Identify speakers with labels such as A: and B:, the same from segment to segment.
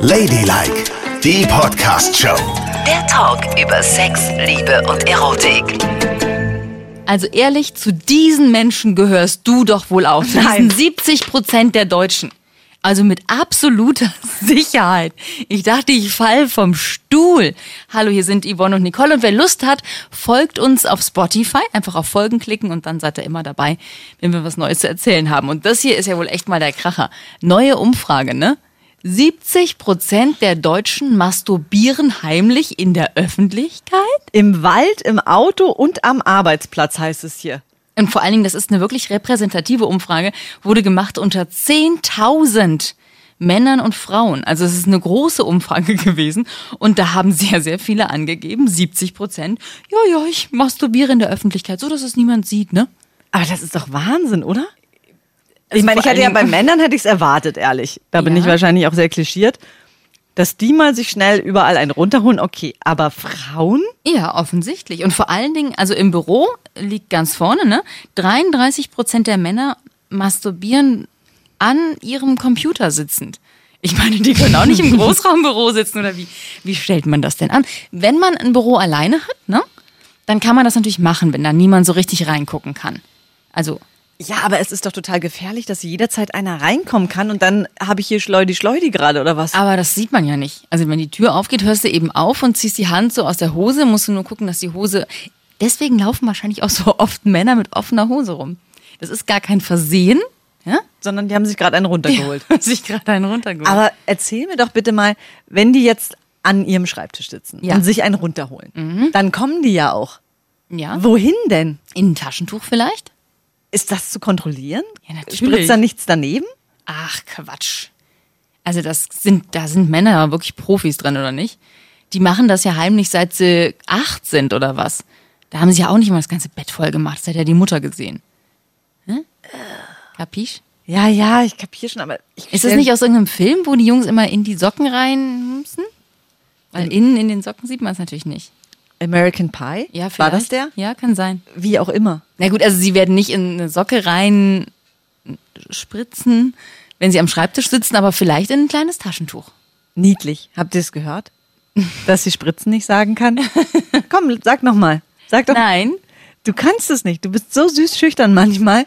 A: Ladylike, die Podcast-Show.
B: Der Talk über Sex, Liebe und Erotik.
C: Also ehrlich, zu diesen Menschen gehörst du doch wohl auch. Zu diesen
D: Nein.
C: 70 Prozent der Deutschen. Also mit absoluter Sicherheit. Ich dachte, ich fall vom Stuhl. Hallo, hier sind Yvonne und Nicole. Und wer Lust hat, folgt uns auf Spotify. Einfach auf Folgen klicken und dann seid ihr immer dabei, wenn wir was Neues zu erzählen haben. Und das hier ist ja wohl echt mal der Kracher. Neue Umfrage, ne? 70 Prozent der Deutschen masturbieren heimlich in der Öffentlichkeit?
D: Im Wald, im Auto und am Arbeitsplatz heißt es hier.
C: Und vor allen Dingen, das ist eine wirklich repräsentative Umfrage, wurde gemacht unter 10.000 Männern und Frauen. Also es ist eine große Umfrage gewesen. Und da haben sehr, sehr viele angegeben, 70 Prozent. Ja, ja, ich masturbiere in der Öffentlichkeit, so dass es niemand sieht, ne?
D: Aber das ist doch Wahnsinn, oder?
C: Also
D: ich meine, ich
C: vor
D: hatte ja
C: allen
D: bei
C: Dingen-
D: Männern hätte ich es erwartet, ehrlich. Da bin
C: Ja.
D: ich wahrscheinlich auch sehr klischiert, dass die mal sich schnell überall einen runterholen. Okay, aber Frauen?
C: Ja, offensichtlich. Und vor allen Dingen, also im Büro liegt ganz vorne, ne? 33 Prozent der Männer masturbieren an ihrem Computer sitzend. Ich meine, die können auch nicht im Großraumbüro sitzen oder wie, wie stellt man das denn an? Wenn man ein Büro alleine hat, ne? Dann kann man das natürlich machen, wenn da niemand so richtig reingucken kann. Also,
D: Ja, aber es ist doch total gefährlich, dass jederzeit einer reinkommen kann und dann habe ich hier Schleudi Schleudi gerade oder was?
C: aber das sieht man ja nicht. Also, wenn die Tür aufgeht, hörst du eben auf und ziehst die Hand so aus der Hose, musst du nur gucken, dass die Hose. Deswegen laufen wahrscheinlich auch so oft Männer mit offener Hose rum. Das ist gar kein Versehen, ja?
D: Sondern die haben sich gerade einen runtergeholt.
C: Ja, sich gerade einen runtergeholt.
D: Aber erzähl mir doch bitte mal, wenn die jetzt an ihrem Schreibtisch sitzen
C: Ja.
D: und sich einen runterholen, dann kommen die Mhm. ja auch.
C: ja,
D: Wohin denn?
C: in ein Taschentuch vielleicht?
D: Ist das zu kontrollieren?
C: Ja, natürlich.
D: Spritzt da nichts daneben?
C: Ach, Quatsch. Also das sind, da sind Männer aber wirklich Profis dran, oder nicht? Die machen das ja heimlich, seit sie acht sind oder was. Da haben sie ja auch nicht mal das ganze Bett voll gemacht. Das hat ja die Mutter gesehen. Hm? Kapisch?
D: Ja, ja, ich kapier schon, aber ich
C: Ist das
D: stell-
C: nicht aus irgendeinem Film, wo die Jungs immer in die Socken reinhumsen? Weil innen in den Socken sieht man es natürlich nicht.
D: American Pie?
C: Ja, vielleicht.
D: War das der?
C: Ja, kann sein.
D: Wie auch immer.
C: Na gut, also sie werden nicht in eine Socke rein spritzen, wenn sie am Schreibtisch sitzen, aber vielleicht in ein kleines Taschentuch.
D: Niedlich. Habt ihr es gehört? Dass sie Spritzen nicht sagen kann? Komm, sag noch mal. Sag doch.
C: Nein.
D: Du kannst es nicht. Du bist so süß schüchtern manchmal.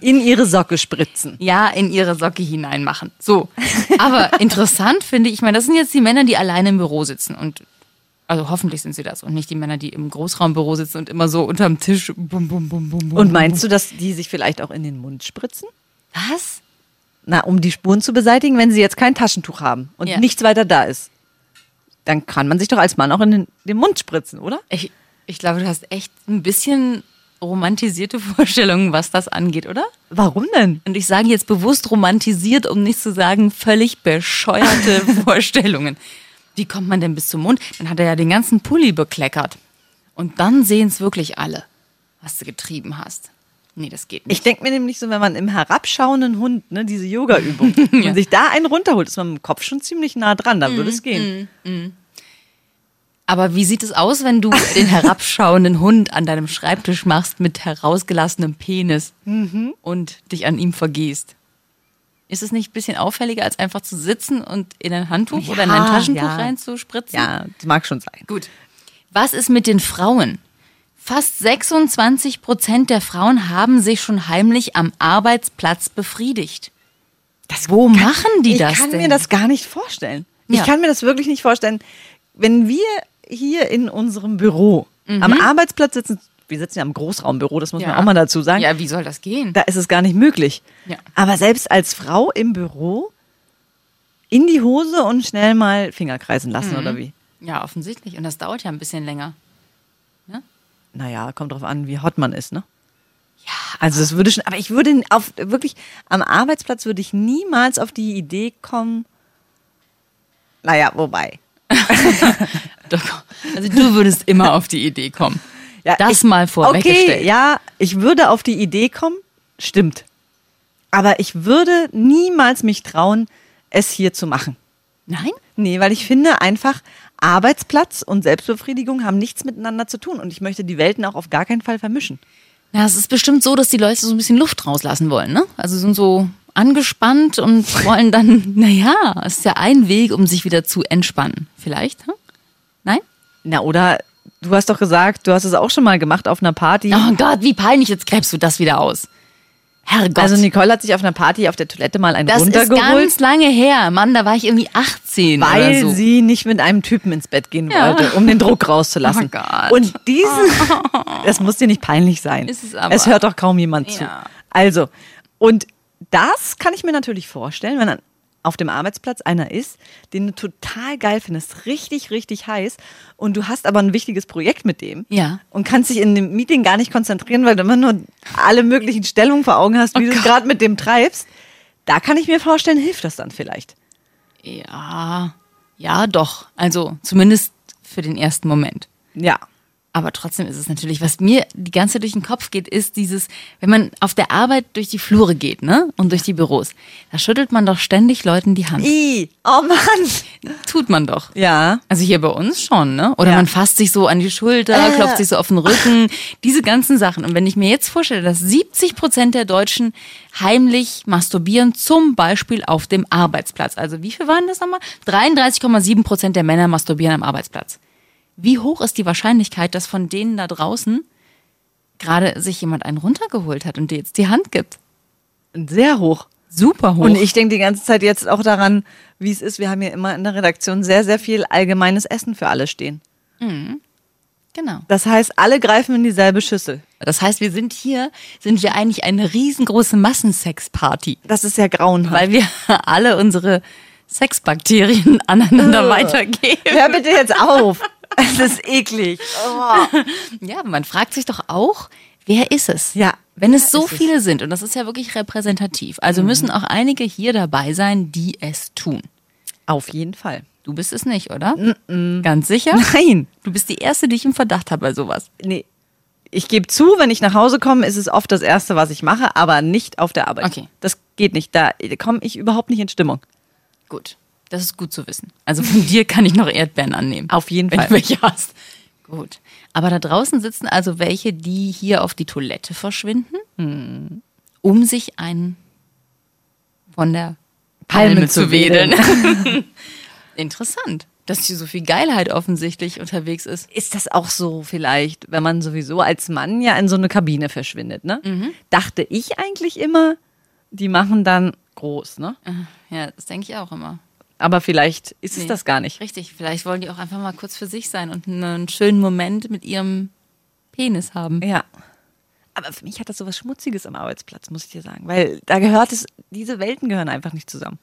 D: In ihre Socke spritzen.
C: Ja, in ihre Socke hineinmachen. So. Aber interessant finde ich, ich meine, das sind jetzt die Männer, die alleine im Büro sitzen und also hoffentlich sind sie das und nicht die Männer, die im Großraumbüro sitzen und immer so unterm Tisch bum bum bum bum bum.
D: Und meinst du, dass die sich vielleicht auch in den Mund spritzen?
C: was?
D: Na, um die Spuren zu beseitigen, wenn sie jetzt kein Taschentuch haben und
C: Ja.
D: nichts weiter da ist. Dann kann man sich doch als Mann auch in den, den Mund spritzen, oder?
C: Ich, ich glaube, du hast echt ein bisschen romantisierte Vorstellungen, was das angeht, oder?
D: Warum denn?
C: Und ich sage jetzt bewusst romantisiert, um nicht zu sagen völlig bescheuerte Vorstellungen. Wie kommt man denn bis zum Mund? Dann hat er ja den ganzen Pulli bekleckert. Und dann sehen es wirklich alle, was du getrieben hast. Nee, das geht nicht.
D: Ich denke mir nämlich so, wenn man im herabschauenden Hund, ne, diese Yoga-Übung, und sich da einen runterholt, ist man mit dem Kopf schon ziemlich nah dran, dann
C: Mm,
D: würde es gehen.
C: Aber wie sieht es aus, wenn du den herabschauenden Hund an deinem Schreibtisch machst mit herausgelassenem Penis
D: Mhm.
C: und dich an ihm vergehst? Ist es nicht ein bisschen auffälliger, als einfach zu sitzen und in ein Handtuch oder in ein
D: Ja,
C: Taschentuch
D: ja.
C: reinzuspritzen?
D: Ja, das mag schon sein.
C: Gut. Was ist mit den Frauen? Fast 26 Prozent der Frauen haben sich schon heimlich am Arbeitsplatz befriedigt. Wo machen die
D: ich
C: das
D: kann
C: denn?
D: mir das gar nicht vorstellen.
C: Ja.
D: Ich kann mir das wirklich nicht vorstellen. Wenn wir hier in unserem Büro am Arbeitsplatz sitzen, wir sitzen ja im Großraumbüro, das muss
C: Mhm. Ja.
D: man auch mal dazu sagen.
C: ja, wie soll das gehen?
D: da ist es gar nicht möglich.
C: Ja.
D: Aber selbst als Frau im Büro in die Hose und schnell mal Finger kreisen lassen
C: Mhm.
D: oder wie?
C: ja, offensichtlich. Und das dauert ja ein bisschen länger.
D: Naja, kommt drauf an, wie hot man ist, ne? Ja. Also das würde schon, aber ich würde auf wirklich am Arbeitsplatz würde ich niemals auf die Idee kommen. Naja, wobei.
C: Doch, Also du würdest immer auf die Idee kommen.
D: Ja,
C: das
D: ich-
C: mal vorweggestellt.
D: Okay, ja, ich würde auf die Idee kommen, stimmt. Aber ich würde niemals mich trauen, es hier zu machen.
C: Nein?
D: Nee, weil ich finde einfach, Arbeitsplatz und Selbstbefriedigung haben nichts miteinander zu tun. Und ich möchte die Welten auch auf gar keinen Fall vermischen.
C: Na, es ist bestimmt so, dass die Leute so ein bisschen Luft rauslassen wollen, ne? Also sind so angespannt und wollen dann, naja, ist ja ein Weg, um sich wieder zu entspannen. Vielleicht? Hm? Nein?
D: Na, oder du hast doch gesagt, du hast es auch schon mal gemacht auf einer Party.
C: Oh Gott, wie peinlich, jetzt gräbst du das wieder aus. Herrgott.
D: Also Nicole hat sich auf einer Party auf der Toilette mal einen
C: das ist
D: runtergeholt,
C: ganz lange her. Mann, da war ich irgendwie 18
D: weil
C: oder so.
D: sie nicht mit einem Typen ins Bett gehen
C: Ja.
D: wollte, um den Druck rauszulassen.
C: Oh Gott.
D: Und diesen, das muss dir nicht peinlich sein.
C: Ist es aber.
D: Es hört doch kaum jemand zu.
C: Ja.
D: Also, und das kann ich mir natürlich vorstellen, wenn dann auf dem Arbeitsplatz einer ist, den du total geil findest, richtig, richtig heiß und du hast aber ein wichtiges Projekt mit dem
C: Ja.
D: und kannst dich in dem Meeting gar nicht konzentrieren, weil du immer nur alle möglichen Stellungen vor Augen hast, wie
C: Oh
D: du es gerade mit dem treibst. Da kann ich mir vorstellen, hilft das dann vielleicht.
C: ja, ja, doch. Also zumindest für den ersten Moment.
D: Ja.
C: Aber trotzdem ist es natürlich, was mir die ganze Zeit durch den Kopf geht, ist dieses, wenn man auf der Arbeit durch die Flure geht, ne? Und durch die Büros, da schüttelt man doch ständig Leuten die Hand.
D: I, oh Mann.
C: Tut man doch.
D: Ja.
C: Also hier bei uns schon, ne? Oder
D: Ja. Äh.
C: man fasst sich so an die Schulter, klopft sich so auf den Rücken, diese ganzen Sachen. Und wenn ich mir jetzt vorstelle, dass 70 Prozent der Deutschen heimlich masturbieren, zum Beispiel auf dem Arbeitsplatz. Also wie viel waren das nochmal? 33,7 Prozent der Männer masturbieren am Arbeitsplatz. Wie hoch ist die Wahrscheinlichkeit, dass von denen da draußen gerade sich jemand einen runtergeholt hat und dir jetzt die Hand gibt?
D: Sehr hoch.
C: Super hoch.
D: Und ich denke die ganze Zeit jetzt auch daran, wie es ist. Wir haben ja immer in der Redaktion sehr, sehr viel allgemeines Essen für alle stehen.
C: genau.
D: Das heißt, alle greifen in dieselbe Schüssel.
C: Das heißt, wir sind hier, sind wir eigentlich eine riesengroße Massensexparty.
D: Das ist ja grauenhaft.
C: weil wir alle unsere Sexbakterien aneinander weitergeben.
D: Hör bitte jetzt auf. Es ist eklig.
C: Ja, man fragt sich doch auch, wer ist es?
D: Ja,
C: Wenn es so viele sind, und das ist ja wirklich repräsentativ, also müssen auch einige hier dabei sein, die es tun.
D: Auf jeden Fall.
C: Du bist es nicht, oder? Ganz sicher?
D: Nein.
C: Du bist die Erste, die ich im Verdacht habe bei sowas.
D: Nee. Ich gebe zu, wenn ich nach Hause komme, ist es oft das Erste, was ich mache, aber nicht auf der Arbeit.
C: Okay.
D: Das geht nicht. Da komme ich überhaupt nicht in Stimmung.
C: Gut, das ist gut zu wissen. Also von dir kann ich noch Erdbeeren annehmen.
D: Auf jeden
C: wenn
D: Fall.
C: du welche hast. Gut. Aber da draußen sitzen also welche, die hier auf die Toilette verschwinden, um sich einen von der Palme, zu wedeln. Interessant, dass hier so viel Geilheit offensichtlich unterwegs ist.
D: Ist das auch so vielleicht, wenn man sowieso als Mann ja in so eine Kabine verschwindet, ne? Dachte ich eigentlich immer, die machen dann groß, ne?
C: Äh, Ja, das denke ich auch immer.
D: Aber vielleicht ist es
C: Nee.
D: das gar nicht.
C: Richtig, vielleicht wollen die auch einfach mal kurz für sich sein und einen schönen Moment mit ihrem Penis haben.
D: Ja. Aber für mich hat das so was Schmutziges am Arbeitsplatz, muss ich dir sagen. Weil da gehört es, diese Welten gehören einfach nicht zusammen.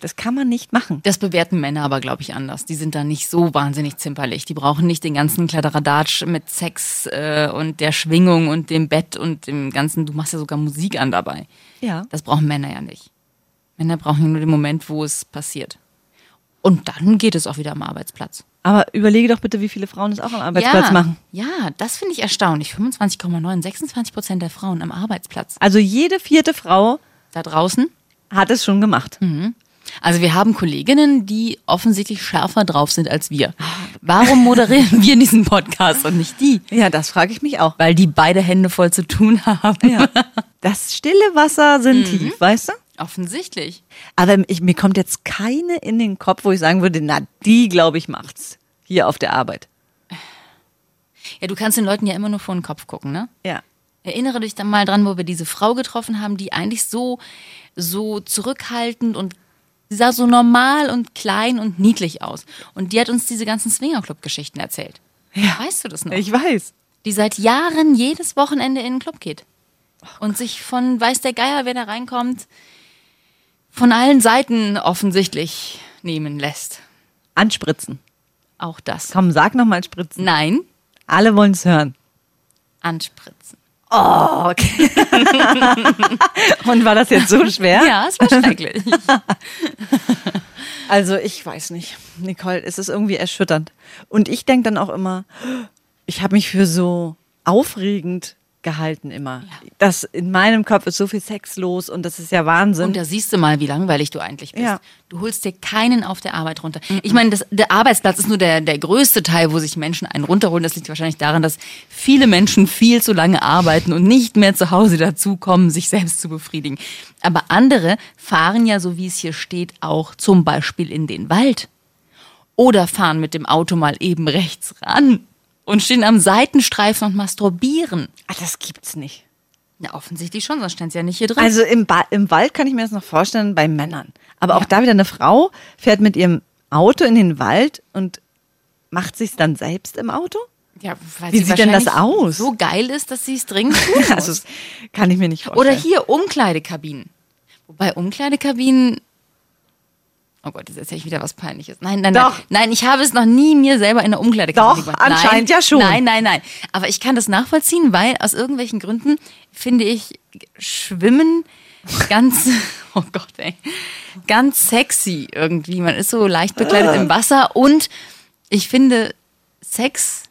D: Das kann man nicht machen.
C: Das bewerten Männer aber, glaube ich, anders. Die sind da nicht so wahnsinnig zimperlich. Die brauchen nicht den ganzen Kladderadatsch mit Sex äh, und der Schwingung und dem Bett und dem ganzen. Du machst ja sogar Musik an dabei.
D: Ja.
C: Das brauchen Männer ja nicht. Männer brauchen ja nur den Moment, wo es passiert. Und dann geht es auch wieder am Arbeitsplatz.
D: Aber überlege doch bitte, wie viele Frauen es auch am Arbeitsplatz
C: ja,
D: machen.
C: Ja, das finde ich erstaunlich. 25,9, 26 Prozent der Frauen am Arbeitsplatz.
D: Also jede vierte Frau
C: Da draußen
D: hat es schon gemacht.
C: Also wir haben Kolleginnen, die offensichtlich schärfer drauf sind als wir. Warum moderieren wir diesen Podcast und nicht die?
D: Ja, das frage ich mich auch.
C: Weil die beide Hände voll zu tun haben.
D: Ja. Das stille Wasser sind tief, weißt du?
C: Offensichtlich.
D: Aber ich, mir kommt jetzt keine in den Kopf, wo ich sagen würde, na, die, glaube ich, macht's. Hier auf der Arbeit.
C: Ja, du kannst den Leuten ja immer nur vor den Kopf gucken, ne?
D: Ja.
C: Erinnere dich dann mal dran, wo wir diese Frau getroffen haben, die eigentlich so, so zurückhaltend und sie sah so normal und klein und niedlich aus. Und die hat uns diese ganzen Swingerclub-Geschichten erzählt. Ja. Weißt du das noch?
D: Ich weiß.
C: die seit Jahren jedes Wochenende in den Club geht. Und sich von, weiß der Geier, wer da reinkommt, von allen Seiten offensichtlich nehmen lässt.
D: Anspritzen.
C: Auch das.
D: Komm, sag nochmal spritzen.
C: Nein,
D: Alle wollen's hören.
C: anspritzen.
D: Oh, okay. Und war das jetzt so schwer?
C: Ja, es war schrecklich.
D: Also ich weiß nicht, Nicole, es ist irgendwie erschütternd. Und ich denke dann auch immer, ich habe mich für so aufregend gehalten immer. Das in meinem Kopf ist so viel Sex los und das ist ja Wahnsinn.
C: Und da siehst du mal, wie langweilig du eigentlich bist.
D: Ja.
C: Du holst dir keinen auf der Arbeit runter. Ich meine, das, der Arbeitsplatz ist nur der, der größte Teil, wo sich Menschen einen runterholen. Das liegt wahrscheinlich daran, dass viele Menschen viel zu lange arbeiten und nicht mehr zu Hause dazu kommen, sich selbst zu befriedigen. Aber andere fahren ja, so wie es hier steht, auch zum Beispiel in den Wald. Oder fahren mit dem Auto mal eben rechts ran und stehen am Seitenstreifen und masturbieren.
D: Ah, das gibt's nicht.
C: Na, offensichtlich schon, sonst stand es ja nicht hier drin.
D: Also im, ba im Wald kann ich mir das noch vorstellen bei Männern. Aber auch da wieder eine Frau fährt mit ihrem Auto in den Wald und macht sich's dann selbst im Auto?
C: Ja, weil
D: Wie
C: sie
D: sieht denn das
C: wahrscheinlich
D: aus?
C: So geil ist, dass sie es dringend tun muss.
D: Also das kann ich mir nicht vorstellen.
C: Oder hier Umkleidekabinen. Wobei Umkleidekabinen. Oh Gott, jetzt erzähle ich wieder was Peinliches. Nein, nein,
D: Doch.
C: nein. Nein, ich habe es noch nie mir selber in der Umkleidekabine
D: Doch,
C: gemacht.
D: anscheinend
C: nein,
D: ja schon.
C: Nein, nein, nein. Aber ich kann das nachvollziehen, weil aus irgendwelchen Gründen finde ich Schwimmen ganz, oh Gott, ey, ganz sexy irgendwie. Man ist so leicht bekleidet
D: Ah.
C: im Wasser und ich finde Sex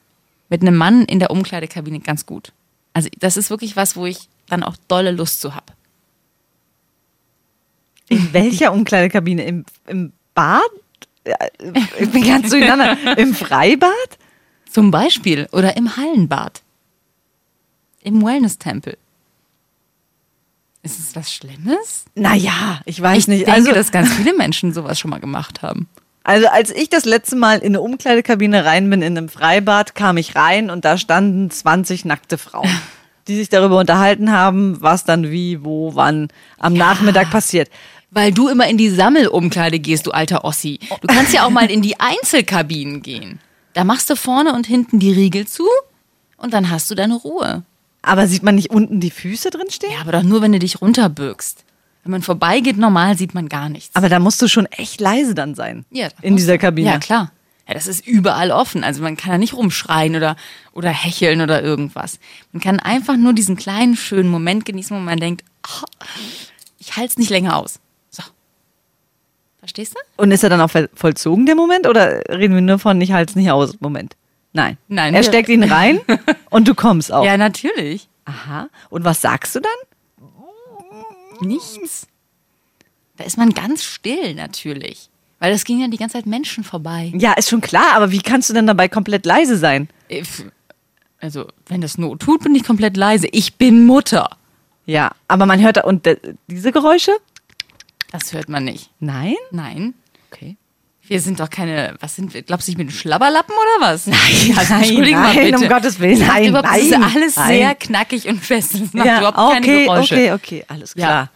C: mit einem Mann in der Umkleidekabine ganz gut. Also das ist wirklich was, wo ich dann auch dolle Lust zu habe.
D: In welcher Umkleidekabine? Im, im Bad? Ja, Ich bin ganz durcheinander. Im Freibad?
C: Zum Beispiel oder im Hallenbad. Im Wellness-Tempel. Ist es was Schlimmes?
D: Naja, ich weiß
C: Ich
D: nicht.
C: denke,
D: also,
C: dass ganz viele Menschen sowas schon mal gemacht haben.
D: also als ich das letzte Mal in eine Umkleidekabine rein bin, in einem Freibad, kam ich rein und da standen 20 nackte Frauen, die sich darüber unterhalten haben, was dann wie, wo, wann am Nachmittag passiert.
C: Weil du immer in die Sammelumkleide gehst, du alter Ossi. Du kannst ja auch mal in die Einzelkabinen gehen. Da machst du vorne und hinten die Riegel zu und dann hast du deine Ruhe.
D: Aber sieht man nicht unten die Füße drin stehen?
C: Ja, aber doch nur, wenn du dich runterbürgst. Wenn man vorbeigeht, normal sieht man gar nichts.
D: Aber da musst du schon echt leise dann sein.
C: Ja, da
D: in
C: muss-
D: dieser Kabine.
C: Ja, klar. Ja, das ist überall offen. Also man kann da nicht rumschreien oder, oder hecheln oder irgendwas. Man kann einfach nur diesen kleinen, schönen Moment genießen, wo man denkt, ah, ich halte es nicht länger aus. So. Verstehst du?
D: Und ist er dann auch voll- vollzogen, der Moment? Oder reden wir nur von ich halte es nicht aus, Moment? Nein.
C: Nein,
D: Er
C: wir-
D: steckt ihn rein und du kommst auch.
C: Ja, natürlich.
D: Aha. Und was sagst du dann?
C: Nichts. Da ist man ganz still natürlich. Weil es gingen ja die ganze Zeit Menschen vorbei.
D: Ja, ist schon klar, aber wie kannst du denn dabei komplett leise sein?
C: Äh, pf, Also, wenn das Not tut, bin ich komplett leise. Ich bin Mutter.
D: Ja, aber man hört da, und de- diese Geräusche?
C: Das hört man nicht.
D: Nein?
C: Nein.
D: Okay.
C: Wir sind doch keine, was sind wir, glaubst du, ich bin ein Schlabberlappen oder was? Nein,
D: nein, nein, um Gottes Willen,
C: Nein,
D: nein,
C: überhaupt, das ist
D: nein,
C: alles
D: nein.
C: sehr knackig und fest. Das macht
D: ja,
C: überhaupt
D: okay,
C: keine Geräusche.
D: okay, okay, alles
C: Ja.
D: klar.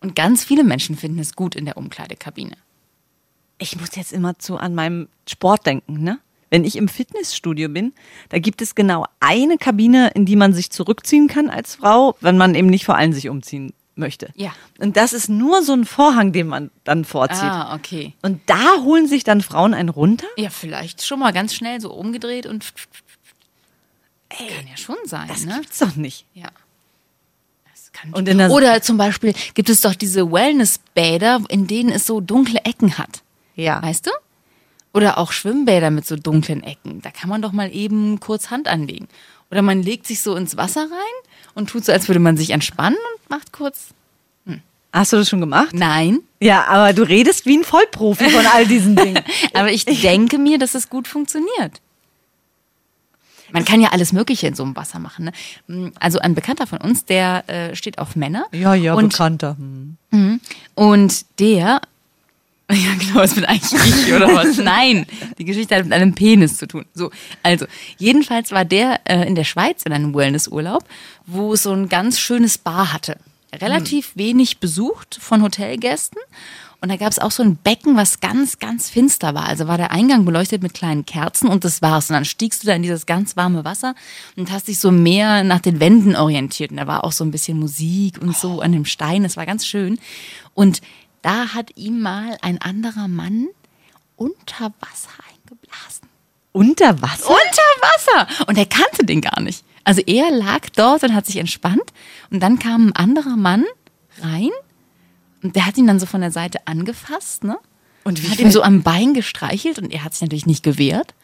C: Und ganz viele Menschen finden es gut in der Umkleidekabine.
D: ich muss jetzt immer zu an meinem Sport denken, ne? Wenn ich im Fitnessstudio bin, da gibt es genau eine Kabine, in die man sich zurückziehen kann als Frau, wenn man eben nicht vor allen sich umziehen möchte.
C: Ja.
D: Und das ist nur so ein Vorhang, den man dann vorzieht.
C: Ah, okay.
D: Und da holen sich dann Frauen einen runter?
C: Ja, vielleicht schon mal ganz schnell so umgedreht und. kann ja schon sein,
D: Das
C: ne?
D: gibt's doch nicht.
C: Ja. Das kann
D: Und in der-
C: Oder zum Beispiel gibt es doch diese Wellnessbäder, in denen es so dunkle Ecken hat.
D: Ja.
C: Weißt du? Oder auch Schwimmbäder mit so dunklen Ecken. Da kann man doch mal eben kurz Hand anlegen. Oder man legt sich so ins Wasser rein und tut so, als würde man sich entspannen und macht kurz.
D: Hast du das schon gemacht?
C: Nein.
D: Ja, aber du redest wie ein Vollprofi von all diesen Dingen.
C: Aber ich denke mir, dass es gut funktioniert. Man kann ja alles Mögliche in so einem Wasser machen. Ne? Also ein Bekannter von uns, der äh, steht auf Männer. und
D: bekannter. Hm.
C: Und der, ja genau, das bin eigentlich ich oder was? Nein, die Geschichte hat mit einem Penis zu tun. So, also jedenfalls war der äh, in der Schweiz in einem Wellnessurlaub, wo es so ein ganz schönes Bar hatte, relativ wenig besucht von Hotelgästen. Und da gab es auch so ein Becken, was ganz, ganz finster war. Also war der Eingang beleuchtet mit kleinen Kerzen und das war's. Und dann stiegst du da in dieses ganz warme Wasser und hast dich so mehr nach den Wänden orientiert. Und da war auch so ein bisschen Musik und so an dem Stein. Das war ganz schön. Und da hat ihm mal ein anderer Mann unter Wasser eingeblasen.
D: Unter Wasser?
C: Unter Wasser! Und er kannte den gar nicht. Also er lag dort und hat sich entspannt. Und dann kam ein anderer Mann rein und der hat ihn dann so von der Seite angefasst, ne?
D: Und wie
C: hat
D: viel-
C: ihm so am Bein gestreichelt und er hat sich natürlich nicht gewehrt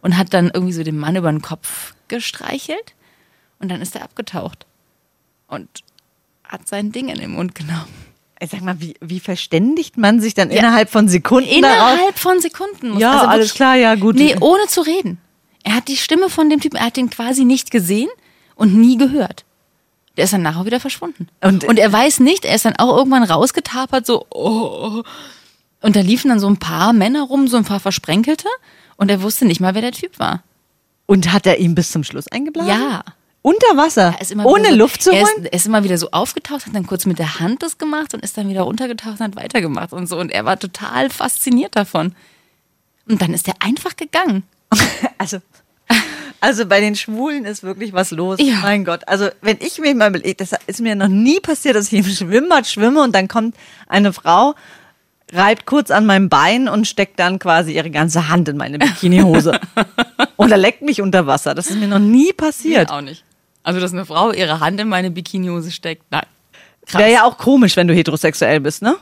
C: und hat dann irgendwie so den Mann über den Kopf gestreichelt. Und Und dann ist er abgetaucht und hat sein Ding in den Mund genommen.
D: Ich sag mal, wie, wie verständigt man sich dann innerhalb von Sekunden darauf?
C: Innerhalb von Sekunden. Muss
D: Ja,
C: also
D: alles
C: wirklich-
D: klar, ja, gut.
C: Nee, ohne zu reden. Er hat die Stimme von dem Typen, er hat den quasi nicht gesehen und nie gehört. Der ist dann nachher wieder verschwunden.
D: Und-
C: und er weiß nicht, er ist dann auch irgendwann rausgetapert, so, oh. Und da liefen dann so ein paar Männer rum, so ein paar Versprenkelte. Und er wusste nicht mal, wer der Typ war.
D: Und hat er ihm bis zum Schluss eingeblasen?
C: Ja.
D: Unter Wasser?
C: Er ist immer
D: Ohne
C: wieder so,
D: Luft zu
C: er
D: holen?
C: Ist, er ist immer wieder so aufgetaucht, hat dann kurz mit der Hand das gemacht und ist dann wieder runtergetaucht und hat weitergemacht und so. Und er war total fasziniert davon. Und dann ist er einfach gegangen.
D: Also, also bei den Schwulen ist wirklich was los.
C: Ja.
D: Mein Gott. Also wenn ich mir mal überlege, das ist mir noch nie passiert, dass ich im Schwimmbad schwimme und dann kommt eine Frau, reibt kurz an meinem Bein und steckt dann quasi ihre ganze Hand in meine Bikinihose. Oder leckt mich unter Wasser. Das ist mir noch nie passiert.
C: Auch nicht. Also, dass eine Frau ihre Hand in meine Bikinihose steckt, nein. Krass.
D: Wäre ja auch komisch, wenn du heterosexuell bist, ne?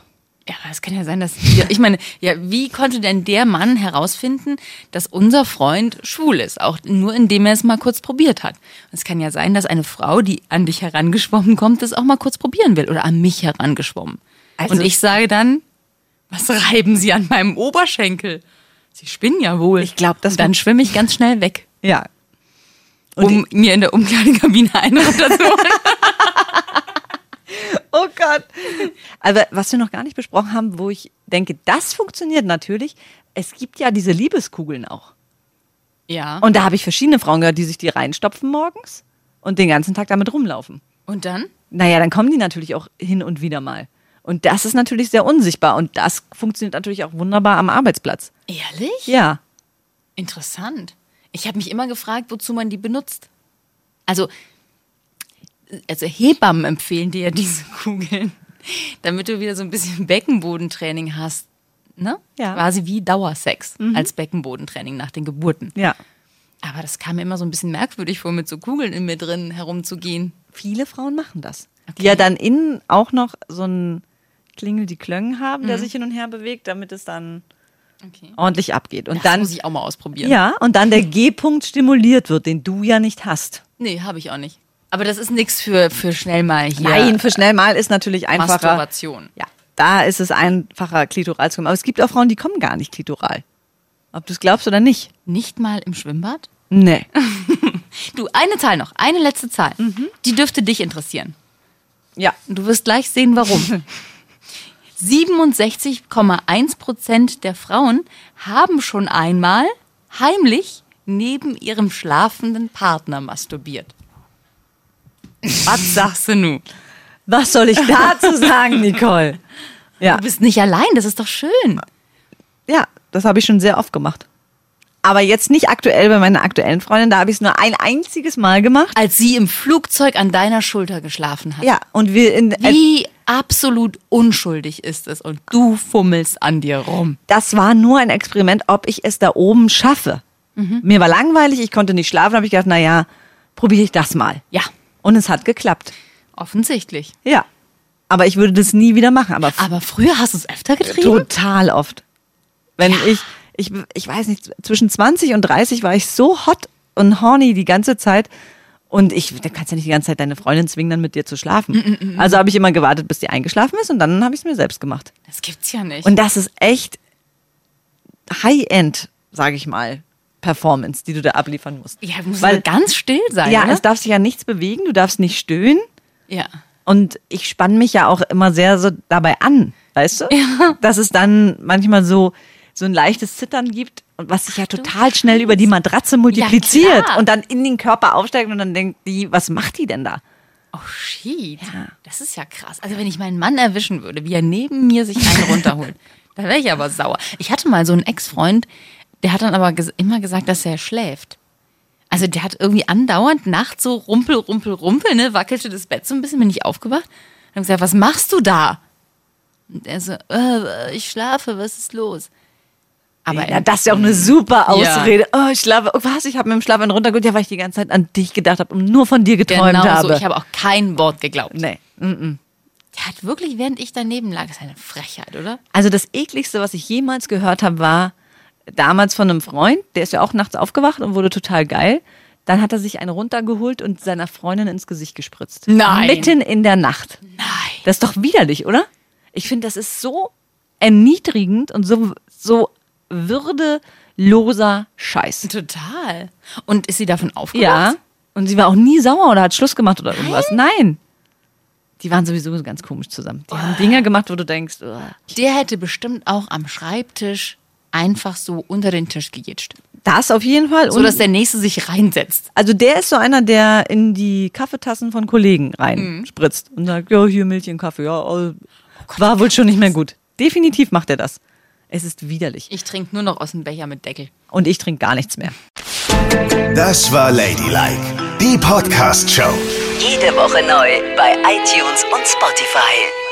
C: Ja, aber es kann ja sein, dass. Ja, ich meine, ja, wie konnte denn der Mann herausfinden, dass unser Freund schwul ist? Auch nur indem er es mal kurz probiert hat. Und es kann ja sein, dass eine Frau, die an dich herangeschwommen kommt, das auch mal kurz probieren will oder an mich herangeschwommen.
D: Also-
C: Und ich sage dann, was reiben Sie an meinem Oberschenkel? Sie spinnen ja wohl.
D: Ich glaub, das
C: Und Dann schwimme ich ganz schnell weg,
D: Ja. Und
C: um mir in der Umkleidekabine einen runterzuholen.
D: Oh Gott. Aber was wir noch gar nicht besprochen haben, wo ich denke, das funktioniert natürlich, es gibt ja diese Liebeskugeln auch.
C: ja.
D: Und da habe ich verschiedene Frauen gehört, die sich die reinstopfen morgens und den ganzen Tag damit rumlaufen.
C: Und dann?
D: Naja, dann kommen die natürlich auch hin und wieder mal. Und das ist natürlich sehr unsichtbar und das funktioniert natürlich auch wunderbar am Arbeitsplatz.
C: Ehrlich?
D: Ja.
C: Interessant. Ich habe mich immer gefragt, wozu man die benutzt. Also, also Hebammen empfehlen dir ja diese Kugeln, damit du wieder so ein bisschen Beckenbodentraining hast. Ne?
D: Ja.
C: Quasi wie Dauersex als Beckenbodentraining nach den Geburten.
D: Ja.
C: Aber das kam mir immer so ein bisschen merkwürdig vor, mit so Kugeln in mir drin herumzugehen.
D: Viele Frauen machen das. Die ja dann innen auch noch so einen Klingel die Klöngen haben, der sich hin und her bewegt, damit es
C: Mhm.
D: dann
C: Okay.
D: ordentlich abgeht. Und
C: Das
D: dann
C: muss ich auch mal ausprobieren.
D: Ja, und dann der G-Punkt stimuliert wird, den du ja nicht hast.
C: Nee, habe ich auch nicht. Aber das ist nichts für, für schnell mal hier.
D: Nein, für schnell mal ist natürlich einfacher.
C: Masturbation.
D: Ja, da ist es einfacher, klitoral zu kommen. Aber es gibt auch Frauen, die kommen gar nicht klitoral. Ob du es glaubst oder nicht.
C: Nicht mal im Schwimmbad?
D: Nee.
C: Du, eine Zahl noch, eine letzte Zahl.
D: Mhm.
C: Die dürfte dich interessieren.
D: Ja.
C: Und Du wirst gleich sehen, warum. 67,1 Prozent der Frauen haben schon einmal heimlich neben ihrem schlafenden Partner masturbiert. Was sagst du nun?
D: Was soll ich dazu sagen, Nicole? Ja,
C: Du bist nicht allein, das ist doch schön.
D: ja das habe ich schon sehr oft gemacht. Aber jetzt nicht aktuell bei meiner aktuellen Freundin, da habe ich es nur ein einziges Mal gemacht.
C: Als sie im Flugzeug an deiner Schulter geschlafen hat.
D: Ja, und wir in, äh,
C: Wie absolut unschuldig ist es und du fummelst an dir rum.
D: das war nur ein Experiment, ob ich es da oben schaffe.
C: Mhm.
D: Mir war langweilig, ich konnte nicht schlafen, habe ich gedacht, naja, probiere ich das mal.
C: Ja,
D: Und es hat geklappt.
C: offensichtlich.
D: Ja. Aber ich würde das nie wieder machen. Aber,
C: Aber früher hast du es
D: Äh,
C: öfter getrieben?
D: total oft. Wenn ich, ich, ich weiß nicht, zwischen 20 und 30 war ich so hot und horny die ganze Zeit. Und ich, da kannst ja nicht die ganze Zeit deine Freundin zwingen, dann mit dir zu
C: Mm,
D: schlafen. Also habe ich immer gewartet, bis die eingeschlafen ist und dann habe ich es mir selbst gemacht.
C: Das gibt's ja nicht.
D: Und das ist echt High-End, sage ich mal, Performance, die du da abliefern musst.
C: ja, muss
D: Weil-
C: Weil, ganz still sein. ne?
D: ja,
C: oder?
D: es darf sich ja nichts bewegen, du darfst nicht stöhnen.
C: ja.
D: Und ich spanne mich ja auch immer sehr so dabei an, weißt du? Ja. Dass es dann manchmal so, so ein leichtes Zittern gibt, und was sich ja total schnell über die Matratze multipliziert
C: klar.
D: und dann in den Körper aufsteigt und dann denkt die, was macht die denn da?
C: Oh, shit. Das ist ja krass. Also, wenn ich meinen Mann erwischen würde, wie er neben mir sich einen runterholt, da wäre ich aber sauer. Ich hatte mal so einen Ex-Freund, der hat dann aber ges immer gesagt, dass er schläft. Also, der hat irgendwie andauernd nachts so rumpel, rumpel, rumpel, ne, wackelte das Bett so ein bisschen, bin ich aufgewacht. Und hab gesagt, was machst du da? Und er so, äh, ich schlafe, was ist los? Aber
D: Ja, das ist ja auch eine
C: Ja.
D: super Ausrede. Oh, ich schlafe. Oh, was? Ich habe mit dem Schlaf einen runtergeholt. Ja, weil ich die ganze Zeit an dich gedacht habe und nur von dir geträumt
C: genau
D: habe.
C: so. Ich habe auch kein Wort geglaubt.
D: nee.
C: Der hat wirklich, während ich daneben lag, das ist eine Frechheit, oder?
D: Also das ekligste, was ich jemals gehört habe, war damals von einem Freund, der ist ja auch nachts aufgewacht und wurde total geil. Dann hat er sich einen runtergeholt und seiner Freundin ins Gesicht gespritzt.
C: Nein.
D: Mitten in der Nacht. Nein. Das ist doch widerlich, oder? Ich finde, das ist so erniedrigend und so, so würdeloser Scheiß.
C: Total. Und ist sie davon aufgewacht?
D: Ja. Und sie war auch nie sauer oder hat Schluss gemacht oder irgendwas. Nein. Die waren sowieso ganz komisch zusammen. Die haben Dinge gemacht, wo du denkst, oh.
C: Der hätte bestimmt auch am Schreibtisch einfach so unter den Tisch gejitscht.
D: das auf jeden Fall.
C: So, dass der Nächste sich reinsetzt.
D: also der ist so einer, der in die Kaffeetassen von Kollegen rein spritzt und sagt, ja, hier Milchchen, Kaffee, ja, oh, war wohl schon nicht mehr gut. Definitiv macht er das. Es ist widerlich.
C: Ich trinke nur noch aus dem Becher mit Deckel.
D: Und ich trinke gar nichts mehr.
A: Das war Ladylike, die Podcast-Show.
B: Jede Woche neu bei iTunes und Spotify.